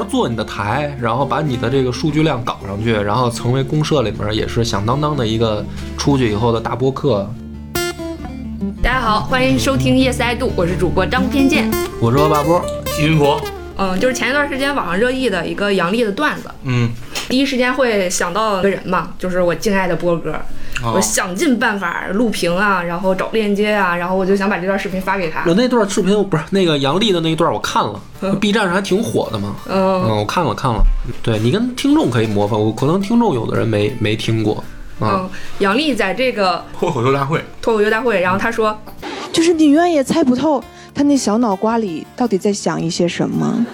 儿做你的台，然后把你的这个数据量搞上去，然后成为公社里面也是响当当的一个出去以后的大播客。大家好，欢迎收听《夜思爱度》，我是主播张偏见。我是恶霸波，西云佛，嗯，就是前一段时间网上热议的一个杨笠的段子，嗯，第一时间会想到一个人嘛，就是我敬爱的波哥。哦我想尽办法录屏啊，然后找链接啊，然后我就想把这段视频发给他我。那段视频不是那个杨笠的那一段，我看了，B 嗯站上还挺火的嘛。哦嗯，嗯，我看了看了，对你跟听众可以模仿，我可能听众有的人没没听过啊。嗯，杨笠在这个脱口秀大会，脱口秀大会，然后他说，就是你永远也猜不透他那小脑瓜里到底在想一些什么。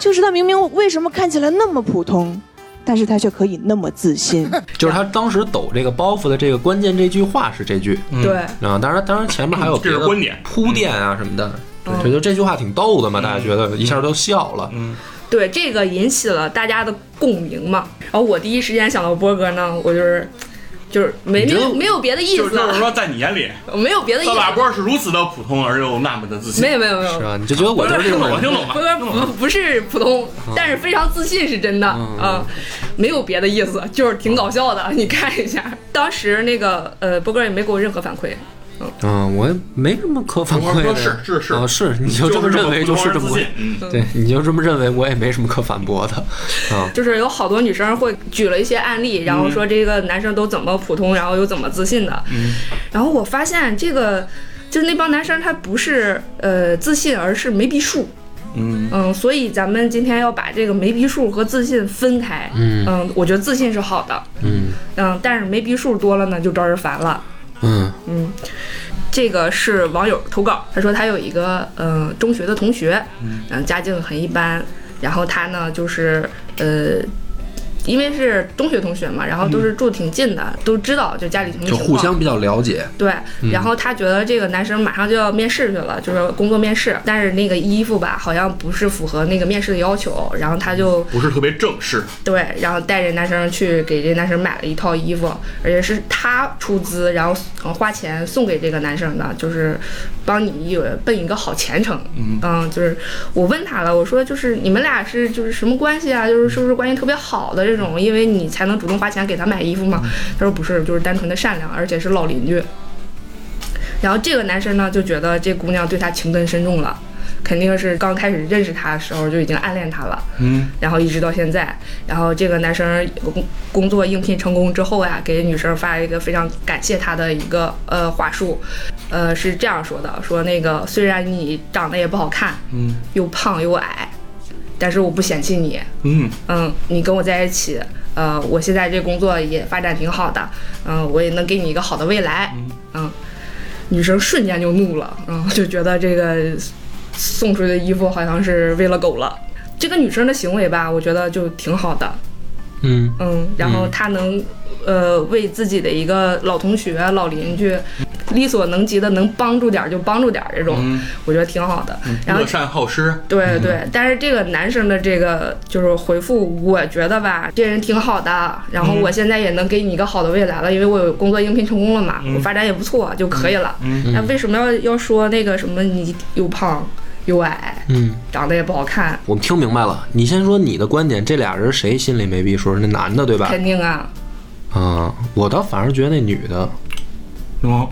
就是他明明为什么看起来那么普通，但是他却可以那么自信。就是他当时抖这个包袱的这个关键这句话是这句嗯对，啊，当然当然前面还有这是别的观点铺垫啊什么的，嗯对，就这句话挺逗的嘛，大家觉得一下都笑了。嗯，对这个引起了大家的共鸣嘛。然后我第一时间想到波哥呢，我就是就是没你没觉得有没有别的意就思就是啊，说，在你眼里，没有别的意高把思，波啊是如此的普通而又那么的自信。没有没有没有是，吧？你就觉得我就是这种我人，听懂波了，哥不不是普通，但是非常自信是真的嗯啊，没有别的意思，就是挺搞笑的，你看一下。当时那个呃，波哥也没给我任何反馈，嗯，我也没什么可反我馈说的，是是是啊是，你就就这么认为就就是这自么信，嗯，对，你就这么认为，我也没什么可反驳的，啊，就是有好多女生会举了一些案例，然后说这个男生都怎么普通，然后又怎么自信的。嗯然后我发现这个就是那帮男生他不是呃自信，而是没逼数。嗯，嗯，所以咱们今天要把这个没逼数和自信分开。嗯嗯，我觉得自信是好的，嗯嗯，但是没逼数多了呢，就招人烦了。嗯嗯，这个是网友投稿，他说他有一个嗯、呃中学的同学，嗯、家境很一般，然后他呢就是呃。因为是中学同学嘛，然后都是住挺近的，都知道就家里什么嗯就情互况。相嗯比较了解，对，然后他觉得这个男生马上就要面试去了，就是工作面试，但是那个衣服吧，好像不是符合那个面试的要求，然后他就不是特别正式，对，然后带着男生去给这男生买了一套衣服，而且是他出资，然后呃花钱送给这个男生的，就是帮你有奔一个好前程。嗯就是我问他了，我说就是你们俩是就是什么关系啊？就是是不是关系特别好的这种？因为你才能主动花钱给他买衣服嘛。他说不是，就是单纯的善良，而且是老邻居。然后这个男生呢就觉得这姑娘对他情根深重了，肯定是刚开始认识他的时候就已经暗恋他了。嗯，然后一直到现在，然后这个男生工工作应聘成功之后呀，给女生发了一个非常感谢他的一个呃话术，呃是这样说的：说那个虽然你长得也不好看，嗯，又胖又矮，但是我不嫌弃你，嗯，嗯，你跟我在一起，呃，我现在这工作也发展挺好的，嗯、我也能给你一个好的未来，嗯，女生瞬间就怒了，嗯，就觉得这个送出去的衣服好像是喂了狗了。这个女生的行为吧，我觉得就挺好的，嗯嗯，然后她能，呃，为自己的一个老同学、老邻居，力所能及的能帮助点儿就帮助点儿这种，嗯我觉得挺好的。然后乐善好施，对对，嗯但是这个男生的这个就是回复，我觉得吧，这人挺好的，然嗯后我现在也能给你一个好的未来了，因为我有工作应聘成功了嘛，我发展也不错就可以了。嗯那为什么要要说那个什么你又胖又矮，嗯，长得也不好看？我们听明白了，你先说你的观点，这俩人谁心里没逼数？那男的对吧？肯定啊，啊，我倒反而觉得那女的，哦，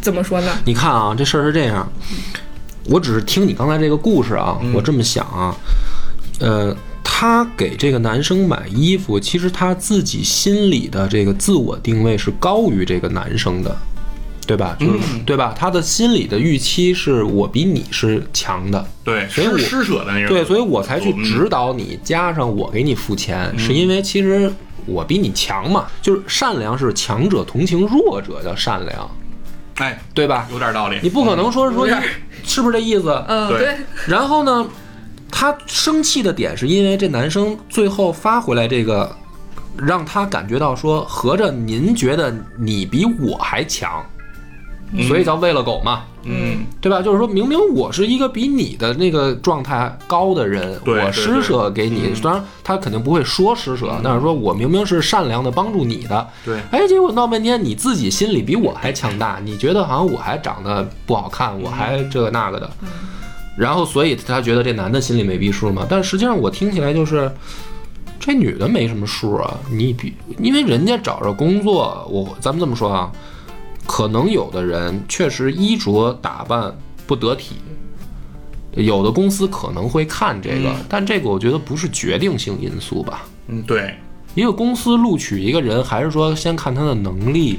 怎么说呢？你看啊，这事儿是这样，我只是听你刚才这个故事啊，我这么想啊，呃，她给这个男生买衣服，其实她自己心里的这个自我定位是高于这个男生的，对吧？就是、对吧？她的心理的预期是我比你是强的，对，所以我施施舍的那种，对，所以我才去嗯指导你，加上我给你付钱，是因为其实我比你强嘛，就是善良是强者同情弱者的善良，哎，对吧？有点道理，你不可能说说你是不是这意思？嗯，对对，然后呢，他生气的点是因为这男生最后发回来这个，让他感觉到说，合着您觉得你比我还强，所以叫喂了狗嘛。嗯，对吧？就是说明明我是一个比你的那个状态高的人，对我对嗯施舍给你，当然他肯定不会说施舍，但是说我明明是善良的帮助你的，对，哎，结果闹半天你自己心里比我还强大，你觉得好像我还长得不好看，我还这个那个的，然后所以他觉得这男的心里没逼数嘛，但实际上我听起来就是。这女的没什么数啊，你比因为人家找着工作，我咱们这么说啊，可能有的人确实衣着打扮不得体，有的公司可能会看这个，嗯但这个我觉得不是决定性因素吧。嗯，对，一个公司录取一个人，还是说先看他的能力，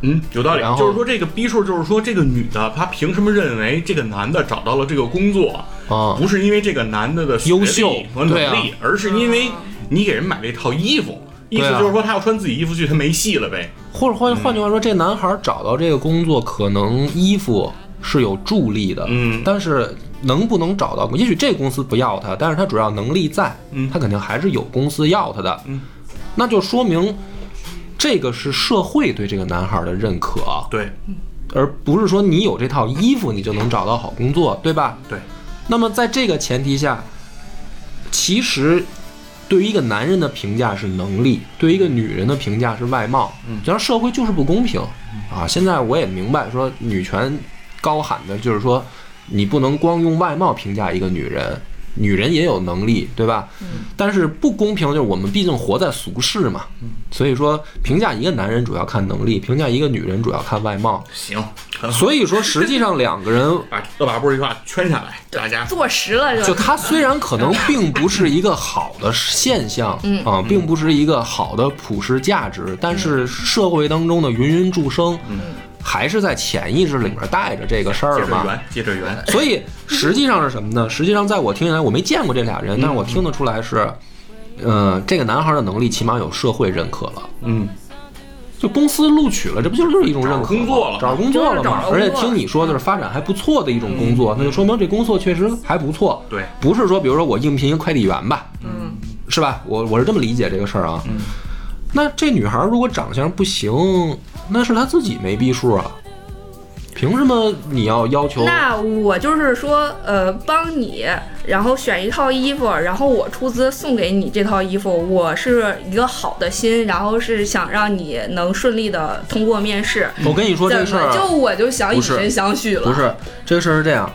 嗯，有道理然。后就是说这个逼数，就是说这个女的她凭什么认为这个男的找到了这个工作，啊不是因为这个男的的学优历秀和能对啊力，而是因哦为你给人买了一套衣服，意思对啊就是说他要穿自己衣服去，他没戏了呗。或者换换句话说，这男孩找到这个工作，可能衣服是有助力的，嗯但是能不能找到，也许这公司不要他，但是他只要能力在，嗯他肯定还是有公司要他的，嗯那就说明这个是社会对这个男孩的认可，啊对而不是说你有这套衣服你就能找到好工作，对吧？对，那么在这个前提下，其实对于一个男人的评价是能力，对于一个女人的评价是外貌。嗯然后社会就是不公平啊！现在我也明白，说女权高喊的就是说，你不能光用外貌评价一个女人。女人也有能力，对吧？但是不公平就是我们毕竟活在俗世嘛，所以说评价一个男人主要看能力，评价一个女人主要看外貌。行，很好，所以说，实际上两个人把乐把波一句话圈下来，大家坐实了就就。它虽然可能并不是一个好的现象，嗯啊，并不是一个好的普世价值，但是社会当中的芸芸众生，嗯还是在潜意识里面带着这个事接儿着嘛。圆，接着圆。所以实际上是什么 呢？实际上在我听起来，我没见过这俩人，但是嗯我听得出来是，呃，这个男孩的能力起码有社会认可了。嗯，就公司录取了，这不就是一种认可吗找工作了找工作了嘛就是找工？作而且听你说的是发展还不错的一种工作，那就说明这工作确实还不错。嗯对不是说比如说我应聘一个快递员吧，嗯，是吧？我我是这么理解这个事儿啊。嗯那这女孩如果长相不行，那是她自己没逼数啊，凭什么你要要求？那我就是说，呃，帮你，然后选一套衣服，然后我出资送给你这套衣服，我是一个好的心，然后是想让你能顺利的通过面试。我跟你说这怎事儿么啊，就我就想以不是身相许了？不是，这个事儿是这样。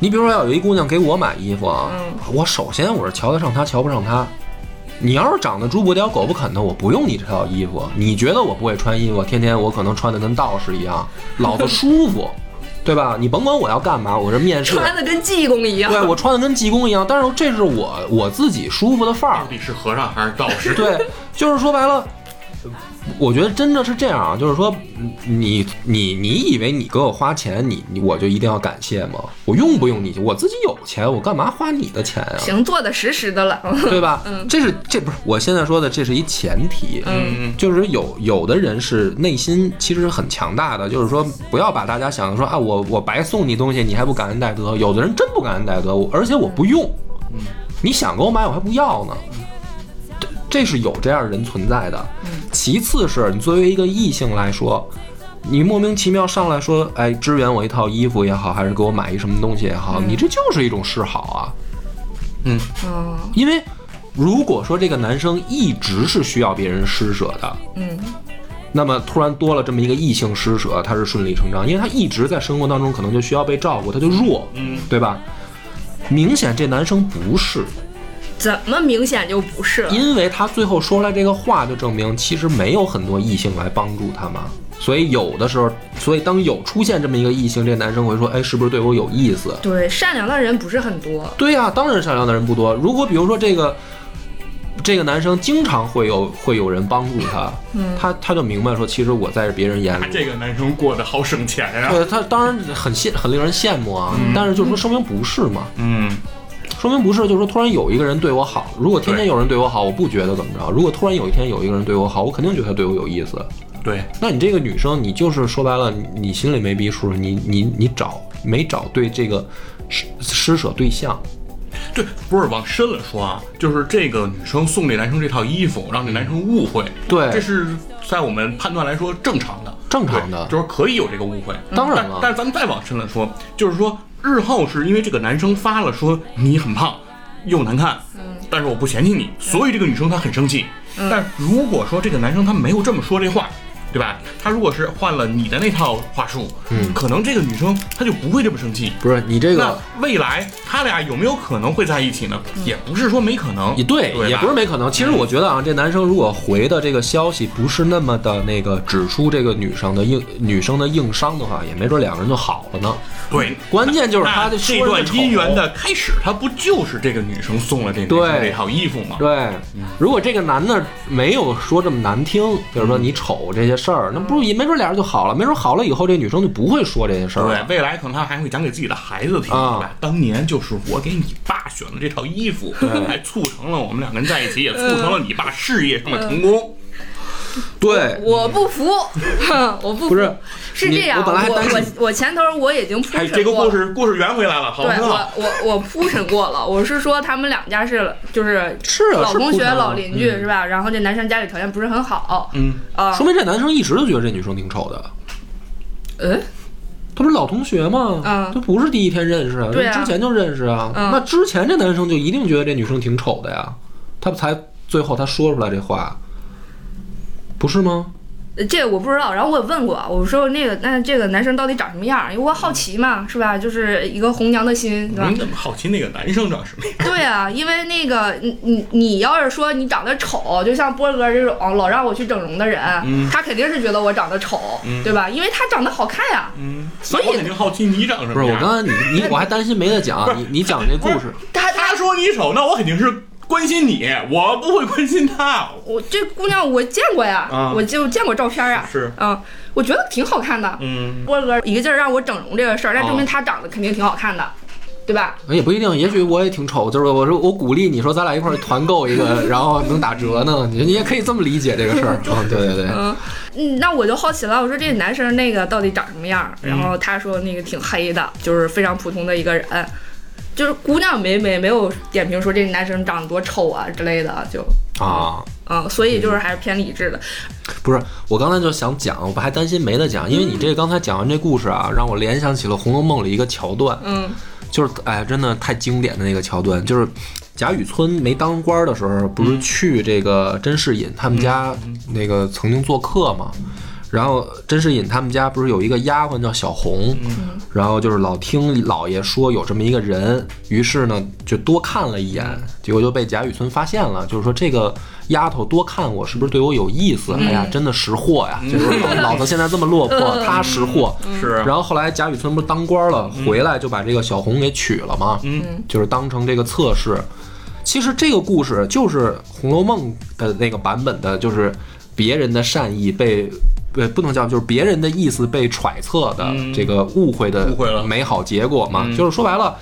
你比如说，要有一姑娘给我买衣服啊，嗯我首先我是瞧得上她，瞧不上她。你要是长得猪不叼狗不啃的，我不用你这套衣服。你觉得我不会穿衣服，天天我可能穿的跟道士一样，老子舒服，对吧？你甭管我要干嘛，我这面试，穿的跟济公一样。对我穿的跟济公一样，但是这是我我自己舒服的范儿嗯到。底是和尚还是道 士？对，就是说白了，我觉得真的是这样啊，就是说，嗯你你你以为你给我花钱，你你我就一定要感谢吗？我用不用你？我自己有钱，我干嘛花你的钱啊？行，做的实实的了。 对吧？这是这不是我现在说的，这是一前提。嗯，就是有有的人是内心其实很强大的，就是说不要把大家想的说啊，我我白送你东西，你还不感恩戴德。有的人真不感恩戴德，我而且我不用，你想给我买我还不要呢，这这是有这样人存在的。其次是你作为一个异性来说，你莫名其妙上来说，哎，支援我一套衣服也好，还是给我买一什么东西也好，你这就是一种示好啊。嗯，嗯因为如果说这个男生一直是需要别人施舍的，嗯，那么突然多了这么一个异性施舍，他是顺理成章，因为他一直在生活当中可能就需要被照顾，他就弱，嗯，对吧？明显这男生不是，怎么明显就不是了？因为他最后说出来这个话，就证明其实没有很多异性来帮助他嘛。所以有的时候，所以当有出现这么一个异性，这男生会说：“哎，是不是对我有意思？”对，善良的人不是很多。对呀、当然善良的人不多。如果比如说这个这个男生经常会有会有人帮助他，他他就明白说，其实我在别人眼他里，这个男生过得好省钱呀。对他当然很羡很令人羡慕啊，但是就是说说明不是嘛，嗯，说明不是，就是说突然有一个人对我好，如果天天对有人对我好，我不觉得怎么着；如果突然有一天有一个人对我好，我肯定觉得他对我有意思。对，那你这个女生，你就是说白了，你你心里没逼数，你你你找没找对这个施施舍对象？对，不是往深了说啊，就是这个女生送这男生这套衣服，让这男生误会，对这是在我们判断来说正常的，正常的嗯对就是可以有这个误会。当然但了但是咱们再往深了说，就是说日后是因为这个男生发了说你很胖又难看，但是我不嫌弃你，所以这个女生她很生气。但如果说这个男生他没有这么说这话，对吧？她如果是换了你的那套话术，嗯，可能这个女生她就不会这么生气。不是你这那个未来他俩有没有可能会在一起呢？也不是说没可能，嗯也对，对吧也不是没可能。其实我觉得啊，这男生如果回的这个消息不是那么的那个指出这个女生的硬女生的硬伤的话，也没准两个人就好了呢。对。关键就是他那这说段人丑姻缘的开始，他不就是这个女生送了这男生对这套衣服吗？对，如果这个男的没有说这么难听，比如说你丑这些事儿，那不也没准俩人就好了？没准好了以后，这女生就不会说这些事儿对了。，未来可能他还会讲给自己的孩子听，啊对吧？当年就是我给你爸选了这套衣服，还促成了我们两个人在一起，也促嗯成了你爸事业上的成功。对，我不服， 哼我不服不是是你这样，我本来还我担我心我前头我已经铺哎，陈这个过故了。事故事圆回来了，好对听我了。我我铺陈过了，我是说他们两家是就是是啊老是同铺学陈了嗯老邻居是吧？然后这男生家里条件不是很好，嗯，啊，说明这男生一直就觉得这女生挺丑的。嗯，他不是老同学吗？嗯他不是第一天认识啊，对啊之前就认识啊。嗯那之前这男生就一定觉得这女生挺丑的呀，他才最后他说出来这话，不是吗？呃这个我不知道。然后我也问过，我说那个那这个男生到底长什么样？因为我好奇嘛，是吧？就是一个红娘的心，对吧你？嗯怎么好奇那个男生长什么样？对啊，因为那个你你你要是说你长得丑，就像波哥这种老让我去整容的人，嗯他肯定是觉得我长得丑，对吧？因为他长得好看呀、嗯，所以我肯定好奇你长什不么是，我样。刚才你你我还担心没得讲，啊你你讲这故事，他他说你丑，那我肯定是关心你，我不会关心他。我这姑娘我见过呀，啊我就见过照片啊，是嗯，我觉得挺好看的。嗯，波哥一个劲儿让我整容这个事儿，那证明哦他长得肯定挺好看的，对吧？哎也不一定，也许我也挺丑，就是我说我鼓励你说咱俩一块儿团购一 个，然后能打折呢，你你也可以这么理解这个事儿。嗯，对对对，嗯，嗯，那我就好奇了，我说这男生那个到底长什么样儿？然后他说那个挺黑的，就是非常普通的一个人，就是姑娘没没没有点评说这男生长得多丑啊之类的，就啊。嗯，所以就是还是偏理智的。不是，我刚才就想讲，我还担心没得讲，因为你这刚才讲完这故事啊，让我联想起了《红楼梦》里一个桥段，嗯就是哎，真的太经典的那个桥段，就是贾雨村没当官的时候，不是去这个甄士隐他们家那个曾经做客嘛。然后甄士隐他们家不是有一个丫鬟叫小红，然后就是老听老爷说有这么一个人，于是呢就多看了一眼，结果就被贾雨村发现了，就是说这个丫头多看我是不是对我有意思？哎呀，真的识货呀！就是老老子现在这么落魄，她识货，是啊然后后来贾雨村不是当官了，回来就把这个小红给娶了嘛，嗯就是当成这个侧室。其实这个故事就是《红楼梦》的那个版本的，就是别人的善意被。呃，不能叫，就是别人的意思被揣测的嗯这个误会的误会了美好结果嘛，嗯就是说白了，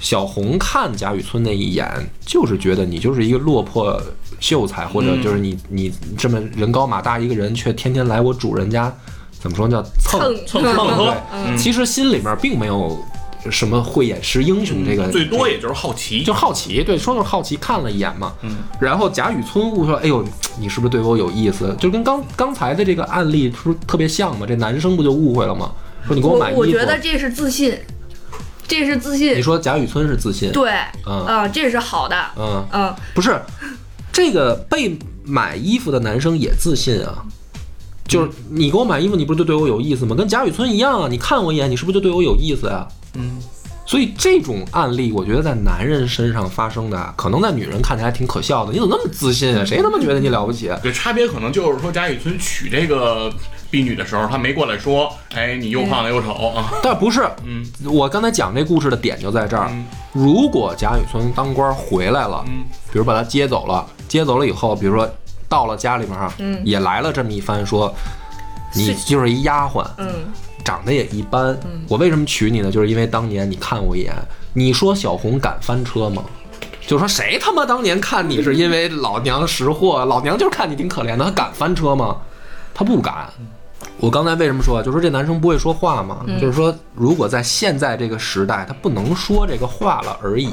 小红看贾雨村那一眼，就是觉得你就是一个落魄秀才，或嗯者就是你你这么人高马大一个人，却天天来我主人家，怎么说呢叫蹭蹭蹭对喝，嗯其实心里面并没有什么慧眼识英雄嗯这个，最多也就是好奇就。好奇，对，说就是好奇看了一眼嘛。嗯然后贾雨村误说：“哎呦，你是不是对我有意思？”就跟刚刚才的这个案例不是特别像嘛？这男生不就误会了吗？说你给我买衣服，我觉得这是自信，这是自你信，说贾雨村是自信，对，嗯嗯，这是好的，嗯，嗯，不是，这个被买衣服的男生也自信啊。就是你给我买衣服，你不是就对我有意思吗？跟贾雨村一样啊，你看我一眼，你是不是就对我有意思啊？嗯，所以这种案例，我觉得在男人身上发生的，可能在女人看起来挺可笑的。你怎么那么自信啊？谁他妈觉得你了不起啊？对，差别可能就是说贾雨村娶这个婢女的时候，他没过来说，哎，你又胖了又丑啊。但不是，嗯我刚才讲这故事的点就在这儿。嗯如果贾雨村当官回来了，嗯比如把他接走了，接走了以后，比如说到了家里面啊，也来了这么一番说，你就是一丫鬟，嗯，长得也一般，我为什么娶你呢？就是因为当年你看我一眼，你说小红敢翻车吗？就说谁他妈当年看你是因为老娘识货，老娘就是看你挺可怜的，她敢翻车吗？她不敢。我刚才为什么说，就说这男生不会说话嘛？就是说，如果在现在这个时代，他不能说这个话了而已。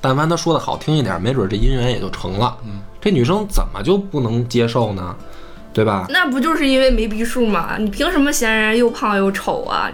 但凡他说的好听一点，没准这姻缘也就成了。这女生怎么就不能接受呢？对吧？那不就是因为没逼数吗？你凭什么嫌人又胖又丑啊？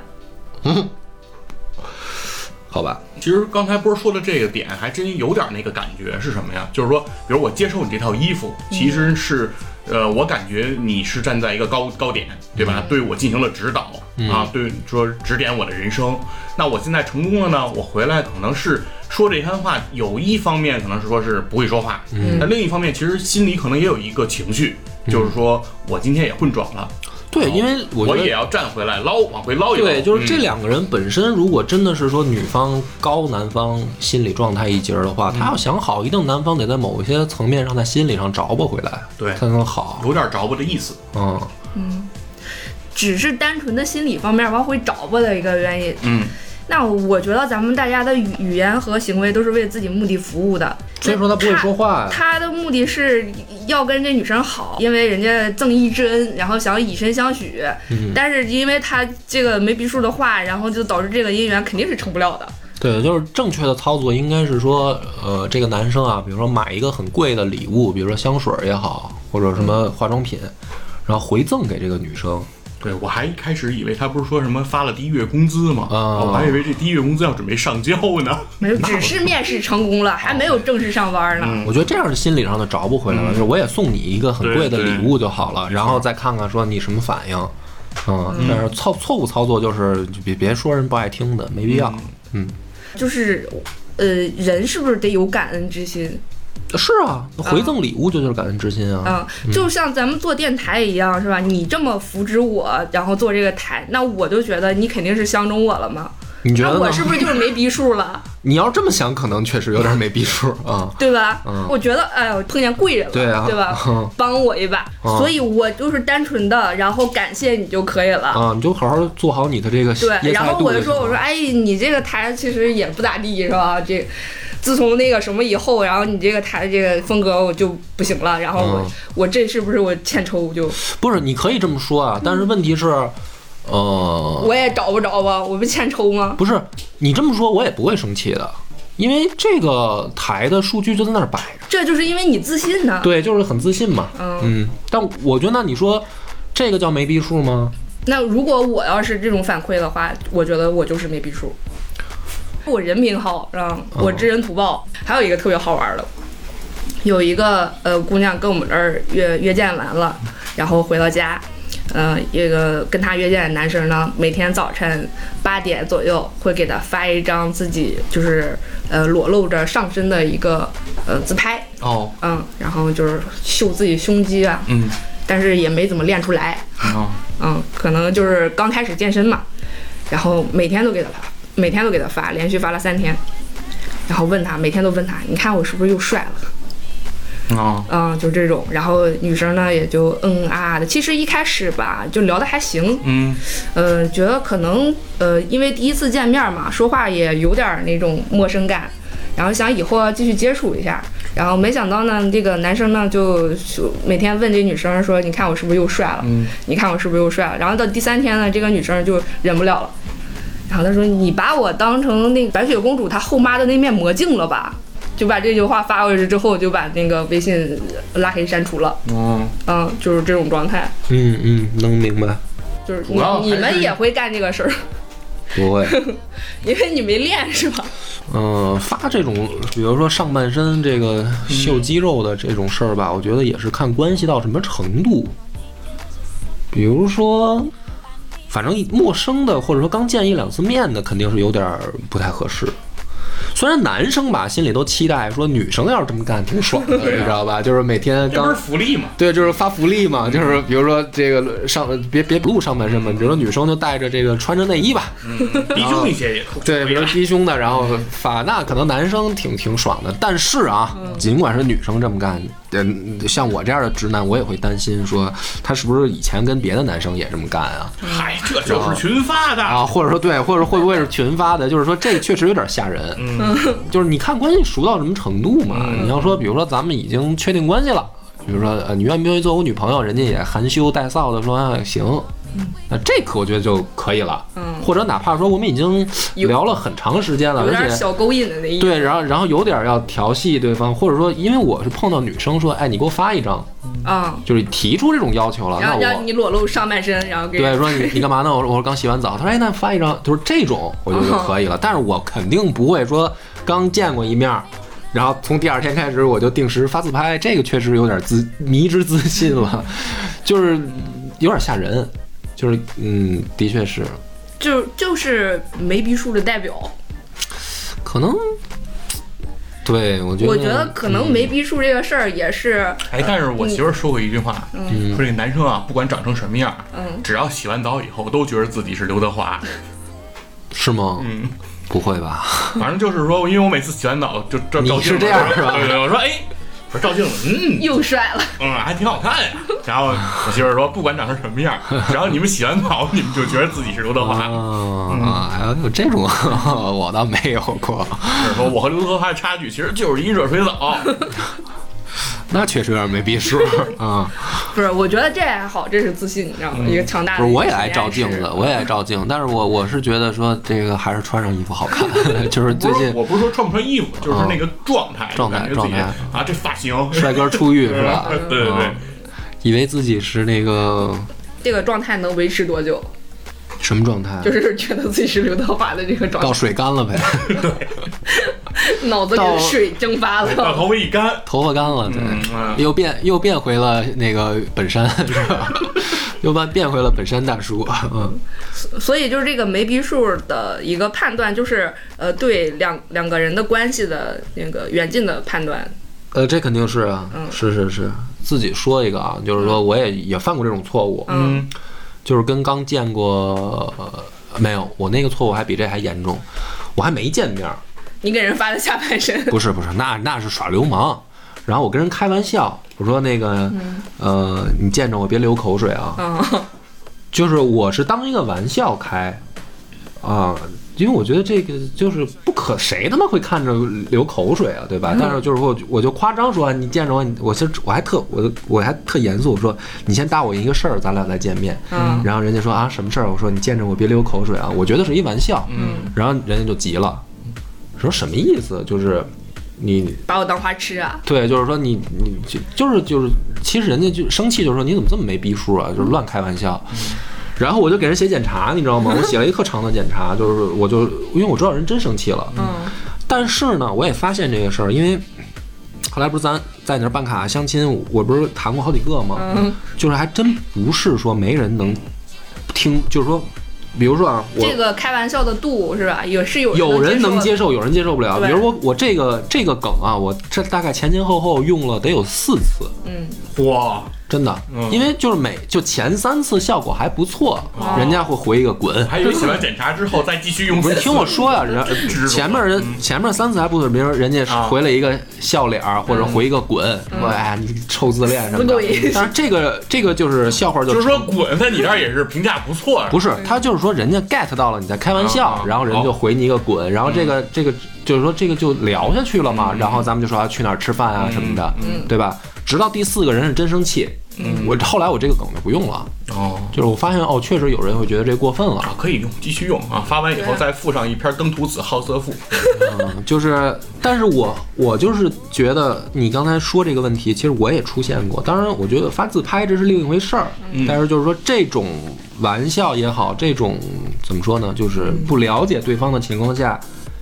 好吧，其实刚才波儿说的这个点，嗯还真有点那个感觉是什么呀？就是说，比如我接受你这套衣服，其实是呃，我感觉你是站在一个高高点，嗯对吧？对我进行了指导、啊，对说指点我的人生。那我现在成功了呢，我回来可能是说这番话，有一方面可能是说是不会说话，嗯那、另一方面其实心里可能也有一个情绪，就是说我今天也混转了，对，因为嗯我我觉也得。要站回来捞，往回捞一捞。对，就是这嗯两个人本身，如果真的是说女方高男方心理状态一截儿的话，他要想好，一定男方得在某一些层面上在心理上着吧回来，对才能好。有点着不的意思。嗯，只是单纯的心理方面往回找吧的一个原因。嗯，那我觉得咱们大家的语语言和行为都是为自己目的服务的，所以说他不会说话呀。他的目的是要跟这女生好，因为人家赠义之恩，然后想以身相许。嗯但是因为他这个没逼数的话，然后就导致这个姻缘肯定是成不了的。对，就是正确的操作应该是说，呃，这个男生啊，比如说买一个很贵的礼物，比如说香水儿也好，或者什么化妆品，然后回赠给这个女生。对，我还一开始以为他不是说什么发了第一月工资吗？啊我还以为这第一月工资要准备上交 呢。没有，只是面试成功了，还没有正式上班呢。嗯我觉得这样是心理上的着不回来嗯了，就是我也送你一个很贵的礼物就好了，然后再看看说你什么反应。嗯，但是错错误操作就是就别别说人不爱听的，没必要。就是，呃，人是不是得有感恩之心是啊，回赠礼物这就是感恩之心啊。啊？就像咱们做电台一样，是吧？你这么扶植我，然后做这个台，那我就觉得你肯定是相中我了嘛。你觉那得啊我呢？是不是就是没逼 数了，你要这么想，可能确实有点没逼数啊。对吧？嗯我觉得，哎呦，碰见贵人了，对 啊，吧？嗯帮我一把，嗯所以我就是单纯的，然后感谢你就可以了。啊，你就好好做好你的这个对，椰然菜后肚我就就行说，我说，了。哎，你这个台其实也不咋地，是吧？这，自从那个什么以后，然后你这个台的这个风格我就不行了，然后我、嗯我这是不是我欠抽就不是，你可以这么说啊，但是问题是，呃，我也找不着吧？我不欠抽吗？不是你这么说，我也不会生气的，因为这个台的数据就在那儿摆着。这就是因为你自信呢。对，就是很自信嘛。嗯嗯，但我觉得那你说这个叫没逼数吗？那如果我要是这种反馈的话，我觉得我就是没逼数。我人品好，啊，我知恩图报。还有一个特别好玩的，有一个呃姑娘跟我们这儿约约见完了，然后回到家，呃，一个跟她约见的男生呢，每天早晨八点左右会给她发一张自己就是呃裸露着上身的一个呃自拍，哦，嗯，然后就是秀自己胸肌啊，嗯，但是也没怎么练出来，哦，嗯，可能就是刚开始健身嘛，然后每天都给他发，每天都给他发，连续发了三天，然后问他，每天都问他，你看我是不是又帅了？哦，嗯，就这种，然后女生呢也就嗯啊啊的，其实一开始吧就聊的还行，嗯，呃，觉得可能呃因为第一次见面嘛，说话也有点儿那种陌生感，然后想以后啊要继续接触一下，然后没想到呢，这个男生呢就就每天问这女生说，你看我是不是又帅了？嗯，你看我是不是又帅了？然后到第三天呢，这个女生就忍不了了，然后她说：“你把我当成那个白雪公主她后妈的那面魔镜了吧？”就把这句话发过去之后，就把那个微信拉黑删除了。哦，嗯，就是这种状态，嗯嗯，能明白。就是主要还你是你们也会干这个事儿，不会，因为你没练是吧？嗯、发这种，比如说上半身这个秀肌肉的这种事儿嗯吧，我觉得也是看关系到什么程度。比如说，反正陌生的或者说刚见一两次面的，肯定是有点儿不太合适。虽然男生吧心里都期待说女生要是这么干挺爽的，你知道吧？就是每天这不刚是福利 吗？对，就是发福利嘛，就是比如说这个上别别露上半身嘛，比如说女生就带着这个穿着内衣吧，低胸一些也可以对，比如低胸的，然后嗯发那可能男生挺挺爽的，但是啊，嗯尽管是女生这么干，嗯，像我这样的直男，我也会担心说他是不是以前跟别的男生也这么干啊？嗨，这就是群发的。啊，或者说对，或者会不会是群发的？就是说这确实有点吓人，嗯， 就是你看关系熟到什么程度嘛？嗯你要说，比如说咱们已经确定关系了，比如说呃，你愿不愿意做我女朋友？人家也含羞带臊的说、啊、行，那这可我觉得就可以了。嗯，或者哪怕说我们已经有聊了很长时间了，有啊而点且小勾引的那意思对，然后然后有点要调戏对方，或者说因为我是碰到女生说，哎，你给我发一张，啊。就是提出这种要求了，然那后让我你裸露上半身，然后给对，说 你你干嘛呢？我说我说刚洗完澡。他说哎，那发哦一张，就是这种我觉得就可以了。但是我肯定不会说刚见过一面儿，然后从第二天开始，我就定时发自拍，这个确实有点自迷之自信了， 就是有点吓人，就是嗯，的确是，就就是没逼数的代表。可能，对我觉得，我觉得可嗯能没逼数这个事儿也是，哎，但是我媳妇儿说过一句话，嗯说这男生啊，不管长成什么样，嗯只要洗完澡以后，都觉得自己是刘德 华。是吗？嗯，不会吧？反正就是说，因为我每次洗完澡就照照你照镜是子这样是吧对对对，我说哎，我说照镜子，嗯又帅了。嗯，还挺好看呀。然后我媳妇儿说，不管长成什么样，只要你们洗完澡，你们就觉得自己是刘德华。啊，还有这种， 我倒没有过，就是说我和刘德华的差距其实就是一热水澡。那确实有点没逼数啊。不是，我觉得这还好，这是自信，你知道吗？一个强大嗯的。不是，我也爱照镜子，。我也爱照镜，但是我我是觉得说这个还是穿上衣服好看， 就是最不是，近嗯我不是说穿不穿衣服，就是那个状态，状态就感觉自己状啊，这发型，帅哥出狱是吧？ 对对对啊，以为自己是那个这个状态能维持多久？什么状态？就是觉得自己是刘德华的这个状到态，水干了呗，脑子里到的水蒸发把了。头发一干，头发干了，嗯对，啊，又变又变回了那个本山，是吧？ 又变变回了本山大叔，嗯，所以就是这个没逼数的一个判断，就是呃，对两两个人的关系的那个远近的判断。呃，这肯定是啊，嗯是是是，自己说一个啊，就是说我也也犯过这种错误，嗯，嗯，就是跟刚见过、呃没有，我那个错误还比这还严重，我还没见面儿，你给人发的下半身， 不是不是，那那是耍流氓。然后我跟人开玩笑，我说那个，呃，你见着我别流口水啊，嗯，就是我是当一个玩笑开，啊，因为我觉得这个就是不可谁他妈会看着流口水啊，对吧？但是就是我我就夸张说啊，你见着我，你我是我还特我我还特严肃说，你先答我一个事儿，咱俩再见面。嗯然后人家说啊什么事儿？我说你见着我别流口水啊，我觉得是一玩笑。嗯，然后人家就急了，说什么意思？就是你把我当花痴啊？对，就是说你你就就是就是，其实人家就生气，就是说你怎么这么没逼数啊，就是乱开玩笑。然后我就给人写检查，你知道吗？我写了一特长的检查，就是我就因为我知道人真生气了，嗯但是呢，我也发现这个事儿，因为后来不是咱在你那儿办卡相亲，我不是谈过好几个吗？嗯，就是还真不是说没人能听，就是说，比如说啊，我这个开玩笑的度是吧？也是有有人人能接接受受，有人接受不了。对比如我我这个这个梗啊，我这大概前前后后用了得有四次，的，嗯，哇，真的，嗯因为就是每就前三次效果还不错，人家会回一个滚。还以为写完检查之后再继续用。不是听我，说啊呀、人家知足前面人前面三次还不错，比如说人家嗯啊嗯回了一个笑脸儿，或者回一个滚，说哎你臭自恋什么死的鬼。但是这个这个就是笑话就就是说滚在你这儿也是评价不错啊呀。不是，他就是说人家 get 到了你在开玩啊笑啊，然后人就回你一个滚，然后这嗯个这个就是说这个就聊下去了嘛，然后咱们就说要去哪儿吃饭啊什么的，嗯对吧？直到第四个人是真生气，我后来我这个梗就不用了，哦。就是我发现哦，确实有人会觉得这过分了，啊，可以用，继续用啊！发完以后再附上一篇《登徒子好色赋》。嗯，就是，但是我我就是觉得你刚才说这个问题，其实我也出现过。当然，我觉得发自拍这是另一回事儿，但是就是说这种玩笑也好，这种怎么说呢，就是不了解对方的情况下，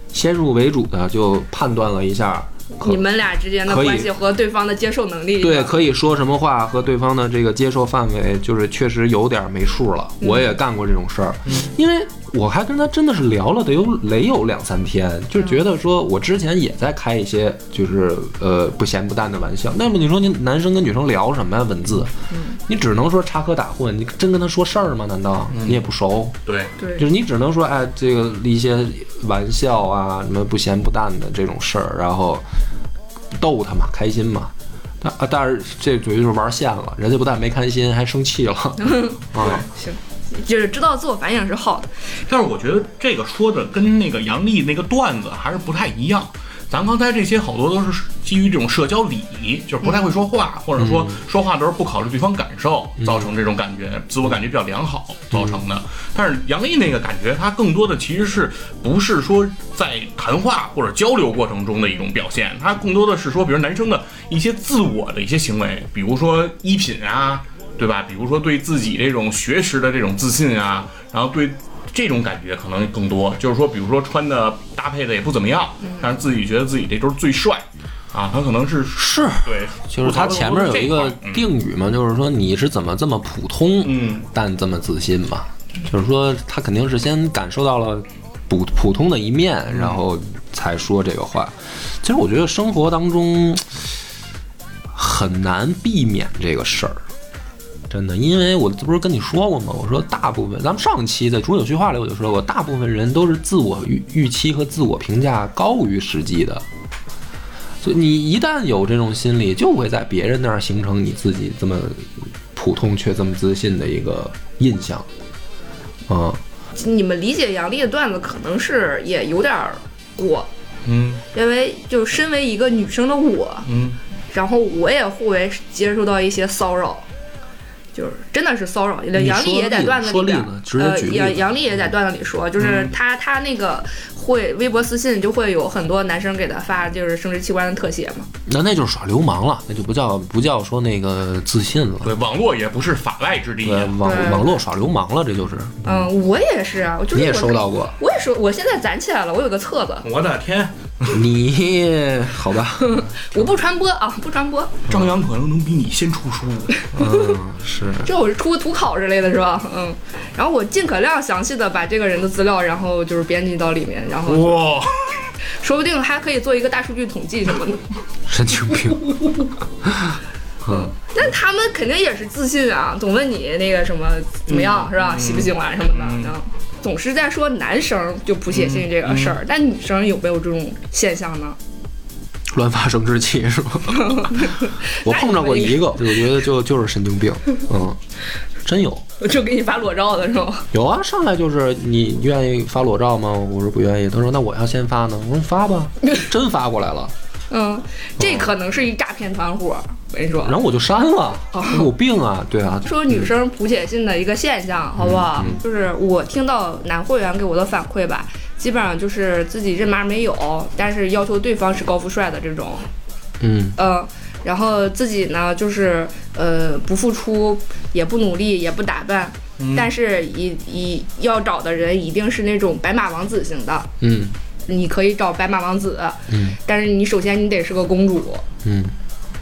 先入为主的就判断了一下，可你们俩之间的可以关系和对方的接受能力，对，可以说什么话和对方的这个接受范围，就是确实有点没数了。我也干过这种事儿，因为我还跟他真的是聊了得有得有两三天，就觉得说我之前也在开一些就是呃不咸不淡的玩笑。那么你说你男生跟女生聊什么呀？文字，你只能说插科打诨，你真跟他说事儿吗？难道你也不熟？对，对就是你只能说，哎，这个一些玩笑啊，什么不咸不淡的这种事儿，然后逗他嘛，开心嘛。但啊，但是这属于就是玩线了，人家不但没开心，还生气了。啊，就是知道自我反省是好的。但是我觉得这个说的跟那个杨笠那个段子还是不太一样。咱刚才这些好多都是基于这种社交礼仪，就是不太会说话，或者说说话的时候不考虑对方感受，造成这种感觉，自我感觉比较良好造成的。但是杨笠那个感觉，他更多的其实是不是说在谈话或者交流过程中的一种表现，他更多的是说，比如男生的一些自我的一些行为，比如说衣品啊，对吧？比如说对自己这种学识的这种自信啊，然后对这种感觉可能更多，就是说，比如说穿的搭配的也不怎么样，但是自己觉得自己这周最帅，啊，他可能是是，对，就是他前面有一个定定，语嘛，就是说你是怎么这么普通，嗯但这么自信嘛，就是说他肯定是先感受到了普普通的一面，然后才说这个话。其实我觉得生活当中很难避免这个事儿。真的，因为我这不是跟你说过吗？我说大部分，咱们上期在主有句话里我就说过，大部分人都是自我预预期和自我评价高于实际的，所以你一旦有这种心理，就会在别人那儿形成你自己这么普通却这么自信的一个印象。嗯，你们理解杨笠的段子可能是也有点儿过，嗯因为就身为一个女生的我，嗯然后我也会接受到一些骚扰，就是真的是骚扰。杨笠也在段子里边你，说例子说呃例子直接举例，子嗯杨杨笠也在段子里说，就是他、他那个会微博私信就会有很多男生给他发就是生殖器官的特写嘛，那那就是耍流氓了，那就不叫不叫说那个自信了，对，网络也不是法外之地啊对，网对网络耍流氓了，这就是。嗯，我也是啊，我就是你也我收到过，我也收，我现在攒起来了，我有个册子，我的天，你好吧，我不传播啊，不传播， 张扬可能能比你先出书，嗯，是。这我是出个图考之类的是吧？嗯，然后我尽可量详细的把这个人的资料，然后就是编辑到里面，然嗯后哇，说不定还可以做一个大数据统计什么的。神经病，嗯但他们肯定也是自信啊，总问你那个什么怎么样、是吧？喜不喜欢什么的，然后总是在说男生就不写信这个事儿，但女生有没有这种现象呢？ 乱发生殖器是吧？ 我碰着过一个，我觉得就就是神经病，嗯，真有。就给你发裸照的是吗？有啊，上来就是你愿意发裸照吗？我说不愿意。他说那我要先发呢。我说发吧，真发过来了，嗯，这可能是一诈骗团伙，我跟你说然。后我就删了。我有病啊！对啊，说女生不写信的一个现象，好不好？就是我听到男会员给我的反馈吧，基本上就是自己认妈没有，但是要求对方是高富帅的这种，嗯，嗯，然后自己呢就是呃不付出，也不努力，也不打扮，嗯但是一一要找的人一定是那种白马王子型的，嗯你可以找白马王子，嗯但是你首先你得是个公主，嗯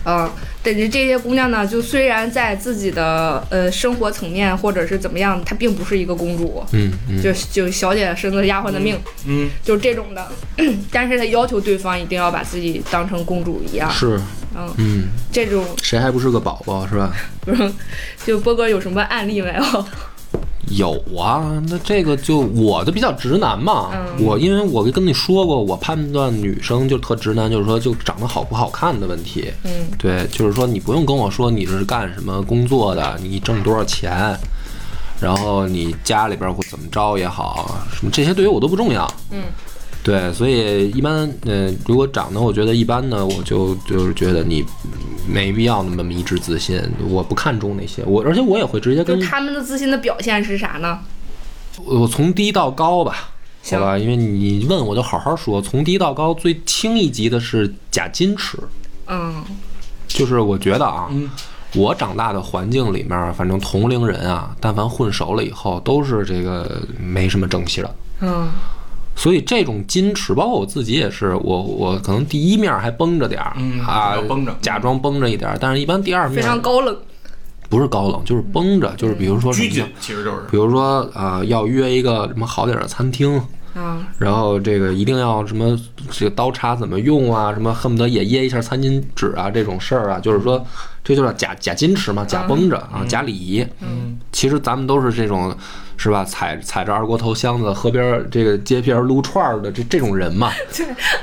嗯，但是这些姑娘呢，就虽然在自己的呃生活层面或者是怎么样，她并不是一个公主，嗯嗯就就小姐身子丫鬟的命，嗯，就这种的， 但是她要求对方一定要把自己当成公主一样，是，嗯，嗯，这种谁还不是个宝宝是吧？就波哥有什么案例没有？有啊，那这个就我的比较直男嘛，嗯我因为我跟你说过，我判断女生就特直男，就是说就长得好不好看的问题。嗯，对，就是说你不用跟我说你是干什么工作的，你挣多少钱，然后你家里边或怎么着也好，什么这些对于我都不重要。嗯，对，所以一般，嗯、如果长得我觉得一般呢，我就就是觉得你没必要那么迷之自信，我不看重那些，我而且我也会直接就跟他们的自信的表现是啥呢？我从低到高吧，行好吧，因为你问我就好好说。从低到高最轻一级的是假矜持，嗯就是我觉得啊，嗯我长大的环境里面，反正同龄人啊，但凡混熟了以后，都是这个没什么正气的。嗯所以这种矜持，包括我自己也是，我我可能第一面还绷着点儿、嗯啊要，绷着假装绷着一点儿，但是一般第二面非常高冷。不是高冷，就是绷着，就是比如说什么拘呢谨其实就是比如说啊、要约一个什么好点儿的餐厅，嗯，然后这个一定要什么这个刀叉怎么用啊，什么恨不得也掖一下餐巾纸啊这种事儿啊，就是说这就是假假矜持嘛，假绷着啊，假礼仪。嗯，其实咱们都是这种，是吧？踩踩着二锅头箱子，河边儿这个街边儿撸串儿的这这种人嘛，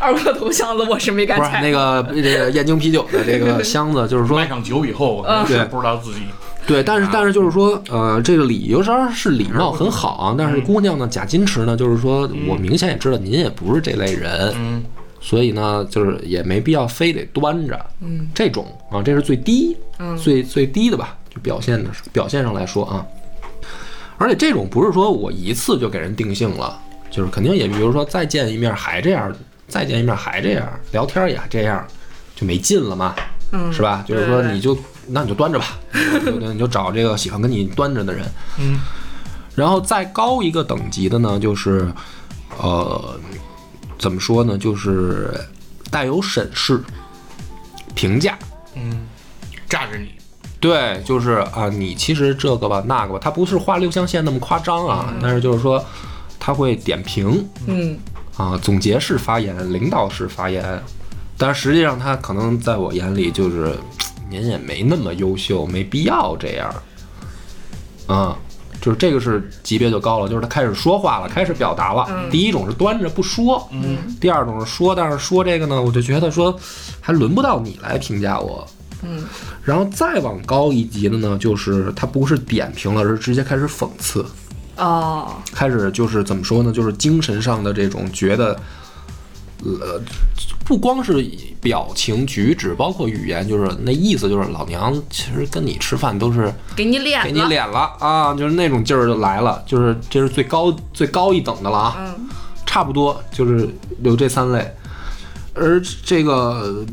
二锅头箱子我是没敢不是踩。那个这个燕京啤酒的这个箱子，就是说嗯卖上酒以后是不知道自己对，但是但是就是说，呃，这个礼有时候是礼貌很好啊，但是姑娘呢假矜持呢，就是说我明显也知道您也不是这类人，嗯，所以呢，就是也没必要非得端着，嗯，这种啊，这是最低，嗯最最低的吧，就表现的表现上来说啊，而且这种不是说我一次就给人定性了，就是肯定也比如说再见一面还这样，再见一面还这样，聊天也这样，就没劲了嘛，嗯是吧？就是对说对对你就那你就端着吧， 对对，你就找这个喜欢跟你端着的人。嗯，然后再高一个等级的呢，就是呃，怎么说呢？就是带有审视，评价。嗯，榨着你，对，就是啊，你其实这个吧，那个吧，他不是画六象限那么夸张啊，但是就是说，他会点评嗯，啊，总结式发言，领导式发言，但实际上他可能在我眼里就是您也没那么优秀，没必要这样，啊。就是这个是级别就高了，就是他开始说话了，开始表达了。第一种是端着不说，嗯第二种是说，但是说这个呢，我就觉得说，还轮不到你来评价我。嗯，然后再往高一级的呢，就是他不是点评了，而是直接开始讽刺，哦，开始就是怎么说呢，就是精神上的这种觉得，呃，不光是表情举止，包括语言，就是那意思就是老娘其实跟你吃饭都是给你脸了，给你脸了啊，就是那种劲儿就来了，就是这是最高最高一等的了啊。嗯差不多就是有这三类，而这个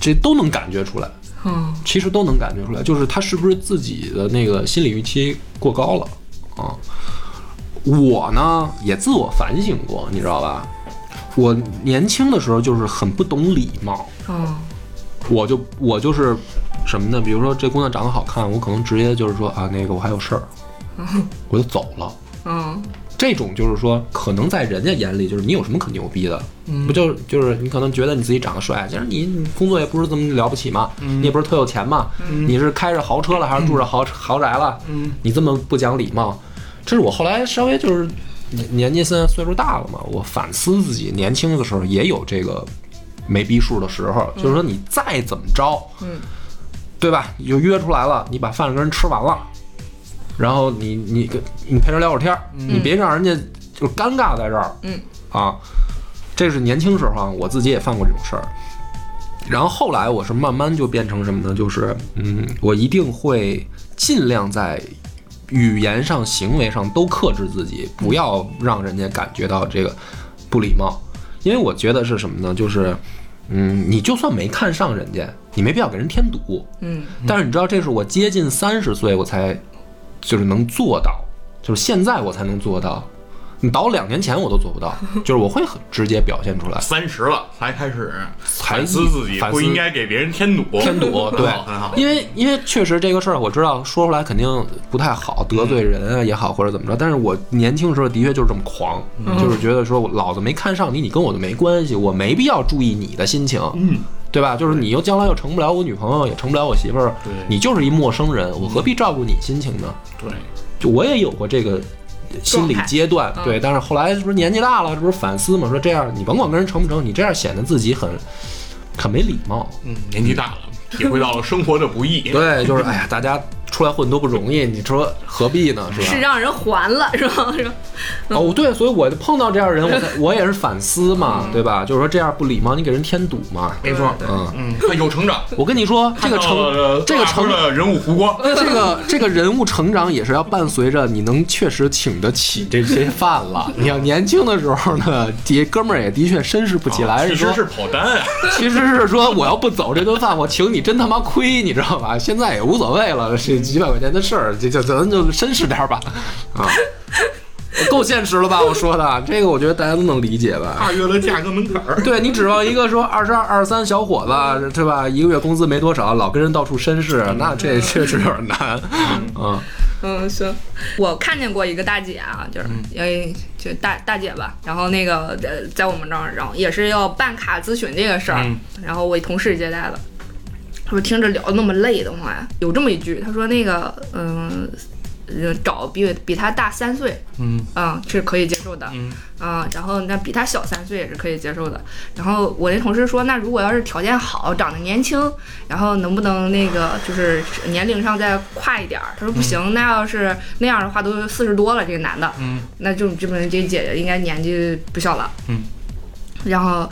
这都能感觉出来，嗯，其实都能感觉出来，就是他是不是自己的那个心理预期过高了啊？我呢也自我反省过，你知道吧？我年轻的时候就是很不懂礼貌，哦，我就我就是什么呢？比如说这姑娘长得好看，我可能直接就是说啊，那个我还有事儿，我就走了。嗯这种就是说，可能在人家眼里，就是你有什么可牛逼的？不就是就是你可能觉得你自己长得帅，就是你你工作也不是这么了不起嘛，你也不是特有钱嘛，你是开着豪车了还是住着豪豪宅了？嗯你这么不讲礼貌，这是我后来稍微就是年年纪现在岁数大了嘛，我反思自己年轻的时候也有这个没逼数的时候，就是说你再怎么着，嗯，对吧？你就约出来了，你把饭跟人吃完了，然后你你跟你陪人聊会儿天儿，你别让人家就尴尬在这儿，嗯啊，这是年轻时候啊，我自己也犯过这种事儿。然后后来我是慢慢就变成什么呢？就是嗯，我一定会尽量在语言上、行为上都克制自己，不要让人家感觉到这个不礼貌。因为我觉得是什么呢？就是嗯，你就算没看上人家，你没必要给人添堵。嗯但是你知道，这是我接近三十岁我才就是能做到，就是现在我才能做到。你倒两年前我都做不到，就是我会很直接表现出来。三十了才开始才反思自己，反不思应该给别人添堵，添堵 很对好很好，因为因为确实这个事儿我知道说出来肯定不太好，得嗯罪人啊也好或者怎么着，但是我年轻时候的确就是这么狂，嗯就是觉得说我老子没看上你，你跟我就没关系，我没必要注意你的心情，嗯，对吧？就是你又将来又成不了我女朋友，也成不了我媳妇儿对，你就是一陌生人，我何必照顾你心情呢？对，就我也有过这个心理阶段，态嗯对，但是后来这不是年纪大了，这不是反思嘛，说这样你甭管跟人成不成，你这样显得自己很很没礼貌。嗯，年纪大了，体会到了生活的不易，对，就是哎呀，大家出来混都不容易，你说何必呢？是吧？啊是让人还了是吧？是吧？哦，对，所以我碰到这样的人，我才我也是反思 嗯嘛，对吧？就是说这样不礼貌，你给人添堵嘛。没错，嗯，嗯，有成长，我跟你说，这个看到了成这个大成哥的人物弧 光， 这个这个人物成长也是要伴随着你能确实请得起这些饭了。你要年轻的时候呢，这哥们儿也的确绅士不起来，其是实说是跑单啊， 其实是说我要不走这顿饭，我请你真他妈亏，你知道吧？现在也无所谓了，这几百块钱的事儿，这就咱就绅士点儿吧，啊，够现实了吧？我说的这个，我觉得大家都能理解吧？跨越了价格门槛儿，对你指望一个说二十二、二十三小伙子，对吧？一个月工资没多少，老跟人到处绅士，那这确实有点难啊。 嗯，行。我看见过一个大姐啊，就是嗯因为就大大姐吧，然后那个呃在我们这儿，然后也是要办卡咨询这个事儿，嗯然后我一同事接待的，他说听着聊得那么累的话，有这么一句，他说那个嗯。呃找比比他大三岁，嗯啊、是可以接受的，嗯啊、然后那比他小三岁也是可以接受的。然后我那同事说，那如果要是条件好，长得年轻，然后能不能那个就是年龄上再跨一点儿？他说不行，那要是那样的话都四十多了，这个男的，嗯那就这么这姐姐应该年纪不小了。嗯。然后，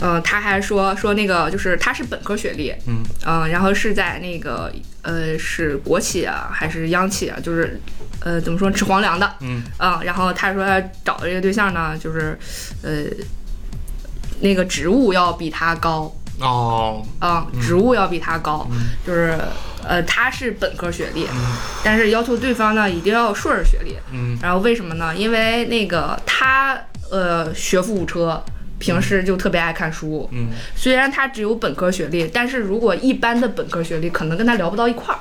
呃，他还说说那个就是他是本科学历，嗯呃然后是在那个呃是国企啊还是央企啊，就是呃怎么说吃皇粮的，嗯嗯，然后他说他找的这个对象呢，就是，呃，那个职务要比他高，哦，啊、职务要比他高，嗯就是，呃，他是本科学历，但是要求对方呢一定要有硕士学历，嗯然后为什么呢？因为那个他呃学富五车，平时就特别爱看书。嗯，虽然他只有本科学历，但是如果一般的本科学历，可能跟他聊不到一块儿。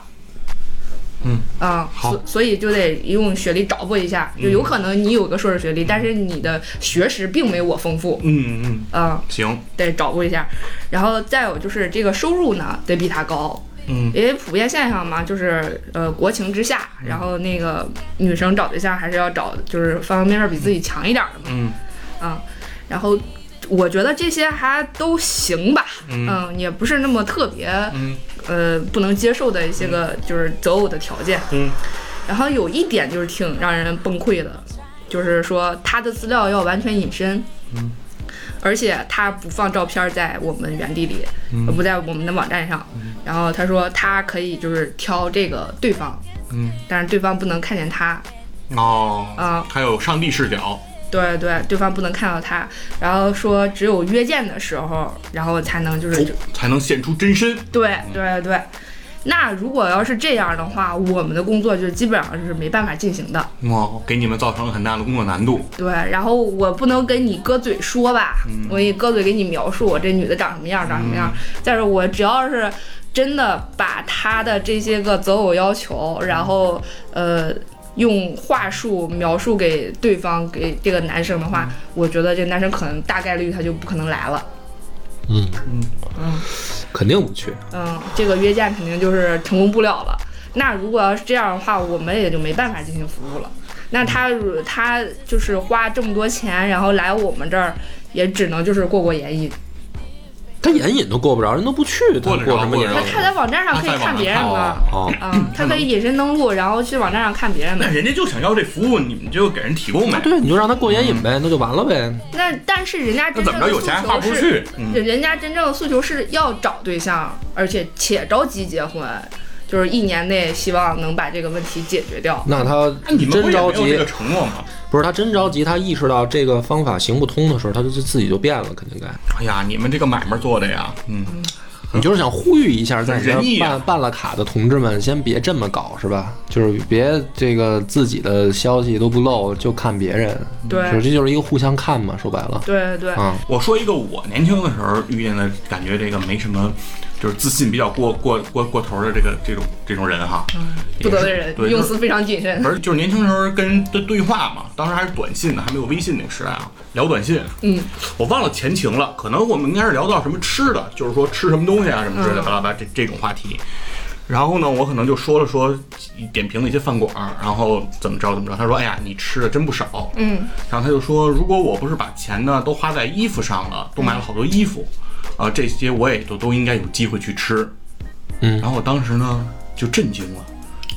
嗯啊，好嗯所所以就得用学历找补一下，就有可能你有个硕士学历，但是你的学识并没我丰富，嗯嗯，嗯，行，得找补一下。然后再有就是这个收入呢，得比他高，嗯因为普遍现象嘛，就是呃国情之下，然后那个女生找对象还是要找就是方方面面比自己强一点的嘛，嗯啊、然后我觉得这些还都行吧，嗯嗯，也不是那么特别嗯呃不能接受的一些个就是择偶的条件，嗯然后有一点就是挺让人崩溃的，就是说他的资料要完全隐身，嗯，而且他不放照片在我们原地里，嗯呃不在我们的网站上。然后他说他可以就是挑这个对方，嗯，但是对方不能看见他哦，啊、还有上帝视角，哦对对，对方不能看到他。然后说只有约见的时候，然后才能就是才能现出真身。对对对。那如果要是这样的话，我们的工作就基本上是没办法进行的。哇，给你们造成了很大的工作难度。对，然后我不能跟你搁嘴说吧，我也搁嘴给你描述我这女的长什么样，长什么样。但是我只要是真的把她的这些个择偶要求，然后呃用话术描述给对方给这个男生的话，我觉得这男生可能大概率他就不可能来了。嗯嗯嗯 肯定不去。嗯，这个约见肯定就是成功不了了。那如果要是这样的话，我们也就没办法进行服务了。那他如他就是花这么多钱，然后来我们这儿，也只能就是过过眼瘾。他眼瘾都过不着，人都不去，他过得着什么瘾过他得着他在网站上可以看别人的，哦，嗯，他可以隐身登录，然后去网站上看别人的 那。人家就想要这服务，你们就给人提供呗。啊对，你就让他过眼瘾呗，那就完了呗。那但是人家那真正怎么着的有诉钱还跨不求出是，去？嗯人家真正的诉求是要找对象，而且且着急结婚，就是一年内希望能把这个问题解决掉。那他那哎你们真不也没着有这急个，承诺吗？不是他真着急，他意识到这个方法行不通的时候，他就自己就变了，肯定该。哎呀，你们这个买卖做的呀，嗯，你就是想呼吁一下，在这仁义啊办办了卡的同志们，先别这么搞，是吧？就是别这个自己的消息都不漏，就看别人。对就是这就是一个互相看嘛，说白了对对，啊，我说一个我年轻的时候遇见的感觉，这个没什么，就是自信比较过过过过头的这个这种这种人哈，也不得是罪人对，，用就是词非常谨慎。不是，就是年轻时候跟人的对话嘛，当时还是短信呢，还没有微信那个时代啊，聊短信。嗯，我忘了前情了，可能我们应该是聊到什么吃的，就是说吃什么东西啊，什么之嗯类的，巴拉巴拉这这种话题。然后呢，我可能就说了说点评了一些饭馆儿，然后怎么着怎么着，他说：“哎呀，你吃的真不少。”嗯，然后他就说，如果我不是把钱呢都花在衣服上了，都买了好多衣服，啊、这些我也都都应该有机会去吃。嗯然后我当时呢就震惊了，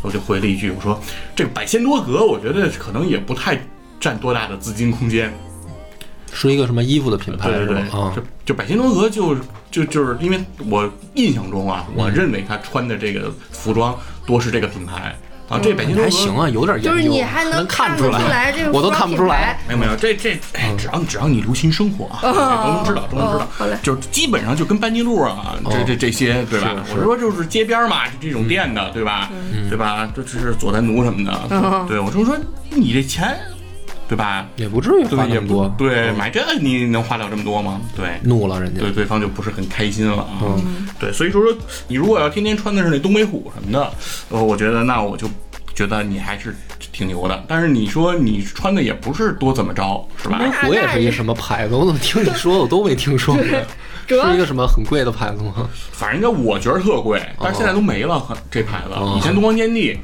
我就回了一句，我说这个百仙多阁，我觉得可能也不太占多大的资金空间。是一个什么衣服的品牌对对是对吗？，啊就，就百仙多阁就就就是因为我印象中啊，我认为他穿的这个服装多是这个品牌啊，这百仙你多还阁行啊，有点研究，就是你还能看出出来这个我都服装看不品出来牌。没有没有，这这，嗯哎，只要你只要你留心生活啊，都能知道，都能知道哦。好嘞就是基本上就跟班尼路啊，这这这些对吧？哦是嗯我说就是街边嘛，这这种店的对吧？对吧？这这是佐丹奴什么的，嗯对我就说你这钱，对吧？也不至于花对那也么不多，嗯对，买这你能花了这么多吗？对。怒了人家对，。对方就不是很开心了啊。嗯对，所以说说你如果要天天穿的是那东北虎什么的，呃，我觉得那我就觉得你还是挺牛的。但是你说你穿的也不是多怎么着，是吧？东北虎也是一什么牌子？我怎么听你说的我都没听说过？主要是一个什么很贵的牌子吗？反正我觉得特贵，但是现在都没了，很这牌子。哦以前东方天地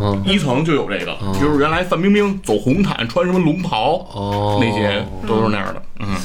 嗯，一层就有这个，就是原来范冰冰走红毯穿什么龙袍，哦，那些都是那样的。嗯，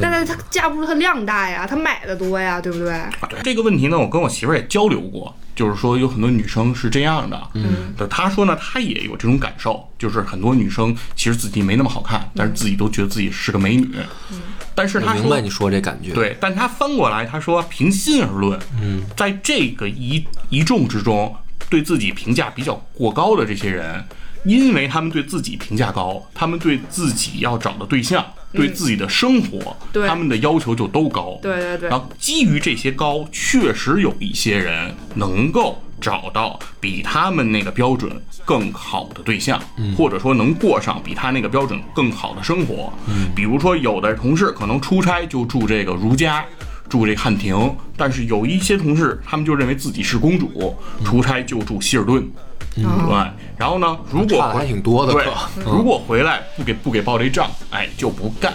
但是他架不住他量大呀，他买的多呀，对不对？对这个问题呢，我跟我媳妇儿也交流过，就是说有很多女生是这样的。嗯，她说呢，她也有这种感受，就是很多女生其实自己没那么好看，但是自己都觉得自己是个美女。嗯，但是我她明白说你说这感觉。，对，但他翻过来，他说平心而论，嗯，在这个一一众之中，对自己评价比较过高的这些人，因为他们对自己评价高，他们对自己要找的对象。对自己的生活，对他们的要求就都高。对对对然后基于这些高，确实有一些人能够找到比他们那个标准更好的对象，或者说能过上比他那个标准更好的生活。比如说，有的同事可能出差就住这个如家。住这个汉庭，但是有一些同事，他们就认为自己是公主，出差就住希尔顿，对。然后呢，如果嗯差的还挺多的对可，嗯如果回来不给不给报这账，哎，就不干，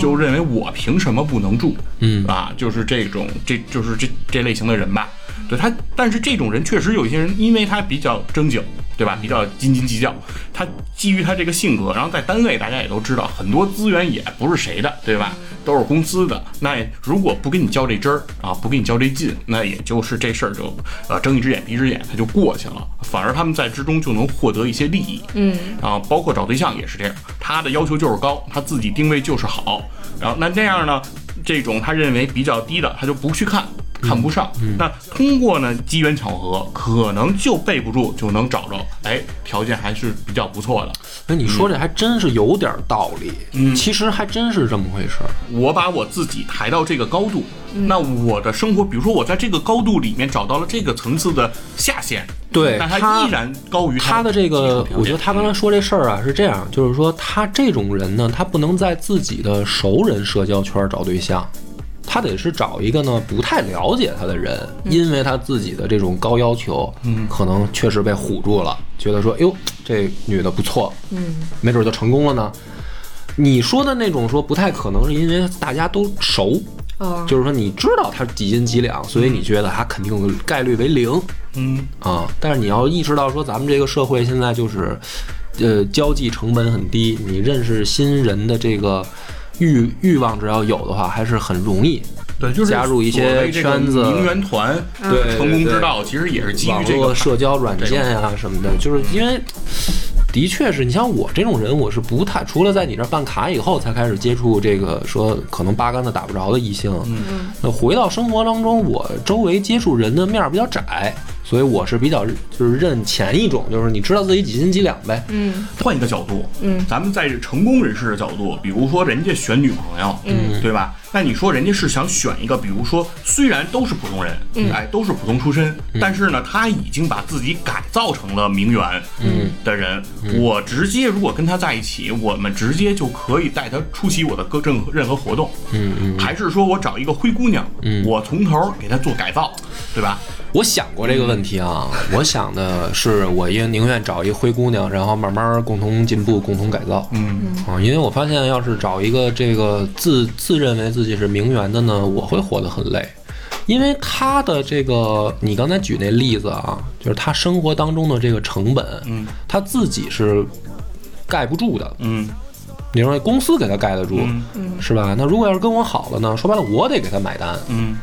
就认为我凭什么不能住？嗯啊，就是这种，这就是这这类型的人吧。对他，但是这种人确实有一些人，因为他比较正经，对嗯吧？比较斤斤计较，他基于他这个性格，然后在单位大家也都知道，很多资源也不是谁的，对嗯吧？都是公司的。那如果不跟你较这真儿啊，不跟你较这劲，那也就是这事儿就呃睁一只眼闭一只眼，他就过去了。反而他们在之中就能获得一些利益。嗯，啊，包括找对象也是这样，他的要求就是高，他自己定位就是好。然后那这样呢，这种他认为比较低的，他就不去看。看不上，那通过呢机缘巧合，可能就备不住就能找着，哎，条件还是比较不错的。那你说这还真是有点道理，嗯其实还真是这么回事儿。我把我自己抬到这个高度，嗯那我的生活，比如说我在这个高度里面找到了这个层次的下限，对那它它依然高于他的的这个基础条，件我觉得他刚才说这事儿啊是这样，就是说他这种人呢，他不能在自己的熟人社交圈找对象，他得是找一个呢不太了解他的人，因为他自己的这种高要求，嗯，可能确实被唬住了，觉得说，哟，这女的不错，嗯，没准就成功了呢。你说的那种说不太可能，是因为大家都熟，哦，就是说你知道他几斤几两，所以你觉得他肯定概率为零，嗯，啊，但是你要意识到说，咱们这个社会现在就是，呃，交际成本很低，你认识新人的这个欲欲望只要有的话，还是很容易。对，就是加入一些所谓这个圈子嗯名媛团，对成功之道其实也是基于网这络个。嗯社交软件呀、什么的，就是因为。的确是你像我这种人，我是不太除了在你这儿办卡以后，才开始接触这个说可能八竿子打不着的异性。嗯那回到生活当中，我周围接触人的面儿比较窄，所以我是比较就是认前一种，就是你知道自己几斤几两呗。嗯换一个角度，嗯咱们在成功人士的角度，比如说人家选女朋友，嗯，对吧？那你说人家是想选一个，比如说虽然都是普通人，嗯，哎，都是普通出身，嗯但是呢，他已经把自己改造成了名媛，嗯的人，我直接如果跟他在一起，我们直接就可以带他出席我的各任任何活动，嗯嗯，还是说我找一个灰姑娘，嗯，我从头给她做改造，对吧？我想过这个问题啊，嗯我想的是，我也宁愿找一灰姑娘，然后慢慢共同进步、共同改造。嗯，啊，因为我发现，要是找一个这个自自认为自己是名媛的呢，我会活得很累，因为他的这个你刚才举那例子啊，就是他生活当中的这个成本，嗯，他自己是盖不住的。嗯你说公司给他盖得住，是吧？那如果要是跟我好了呢，说白了我得给他买单，嗯，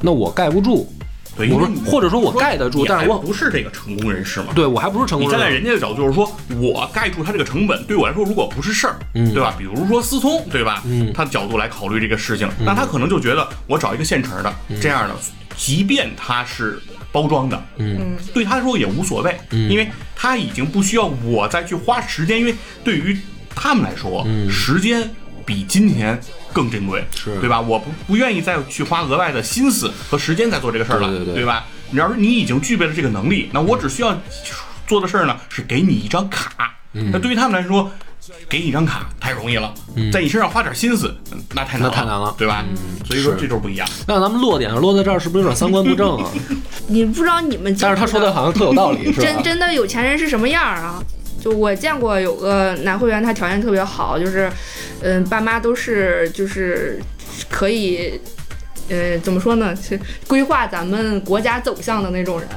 那我盖不住，对，我因为说你或者说我盖得住你但是还我不是这个成功人士嘛，对我还不是成你功站在人。人家的角度，就是说我盖住他这个成本，对我来说如果不是事儿，嗯对吧？比如说思聪，对吧？嗯他的角度来考虑这个事情，那他可能就觉得我找一个现成的、这样的，即便他是包装的，嗯，对他来说也无所谓，因为他已经不需要我再去花时间，因为对于他们来说，时间比金钱。更珍贵，嗯是对吧？我不不愿意再去花额外的心思和时间在做这个事儿了，对对对吧？你要是你已经具备了这个能力，那我只需要做的事儿呢是给你一张卡。嗯那对于他们来说，给你一张卡太容易了，在你身上花点心思，嗯那太那难太难了嗯对吧？所以说是这就是不一样。那咱们落点落在这儿，是不是有点三观不正 啊？你不知道你们但是他说的好像特有道理，是吧？真真的有钱人是什么样儿啊？就我见过有个男会员，他条件特别好，就是，嗯，爸妈都是就是可以，呃，怎么说呢？是规划咱们国家走向的那种人。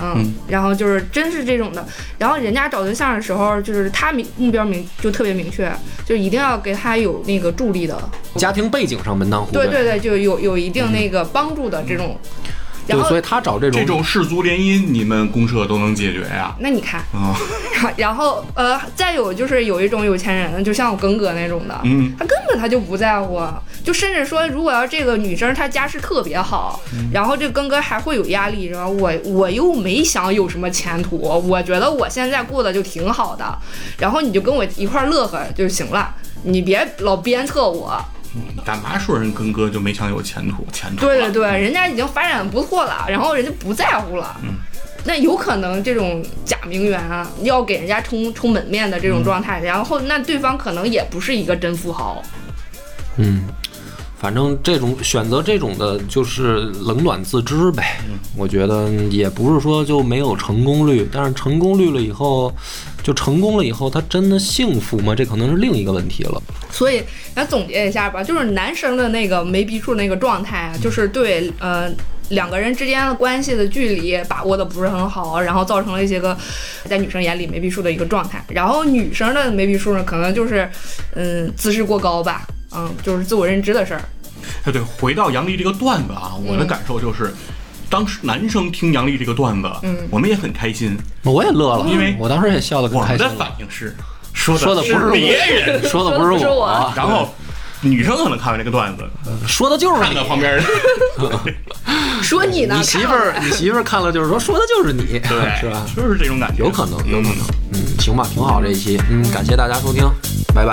嗯嗯，然后就是真是这种的，然后人家找对象的时候，就是他明目标明就特别明确，就一定要给他有那个助力的，家庭背景上门当户对对，嗯对对，就有有一定那个帮助的这种。然对后所以他找这种这种氏族联姻，你们公社都能解决呀？那你看，啊， 然后呃，再有就是有一种有钱人，就像我耿哥那种的，嗯他根本他就不在乎，就甚至说，如果要这个女生她家世特别好，嗯然后这耿哥还会有压力，然后我我又没想有什么前途，我觉得我现在过得就挺好的，然后你就跟我一块儿乐呵就行了，你别老鞭策我。大多数人跟哥就没想有前途，前途啊对了对对，人家已经发展得不错了，然后人家不在乎了。嗯那有可能这种假名媛啊，要给人家充充门面的这种状态，然后那对方可能也不是一个真富豪。嗯，反正这种选择这种的，就是冷暖自知呗。嗯我觉得也不是说就没有成功率，但是成功率了以后，就成功了以后，他真的幸福吗？这可能是另一个问题了。所以咱总结一下吧，就是男生的那个没逼数那个状态啊，就是对呃两个人之间的关系的距离把握的不是很好，然后造成了一些个在女生眼里没逼数的一个状态。然后女生的没逼数呢，可能就是嗯自视过高吧，嗯，就是自我认知的事儿。哎，对，回到杨笠这个段子啊，我嗯的感受就是，当时男生听杨笠这个段子，嗯我们也很开心。我也乐了，因为我当时也笑得更我开们心的了反。应是，说说的不是是我 别人，说的说的不不是是我然后女生可能看完这个段子，说的就是看你看。旁 边人，说你呢？你媳妇看儿，你媳妇儿看了就是说，说的就是你，对， 是吧？就是这种感觉，有可能，有可能嗯。嗯，行吧，挺好这一期，嗯，感谢大家收听，拜拜。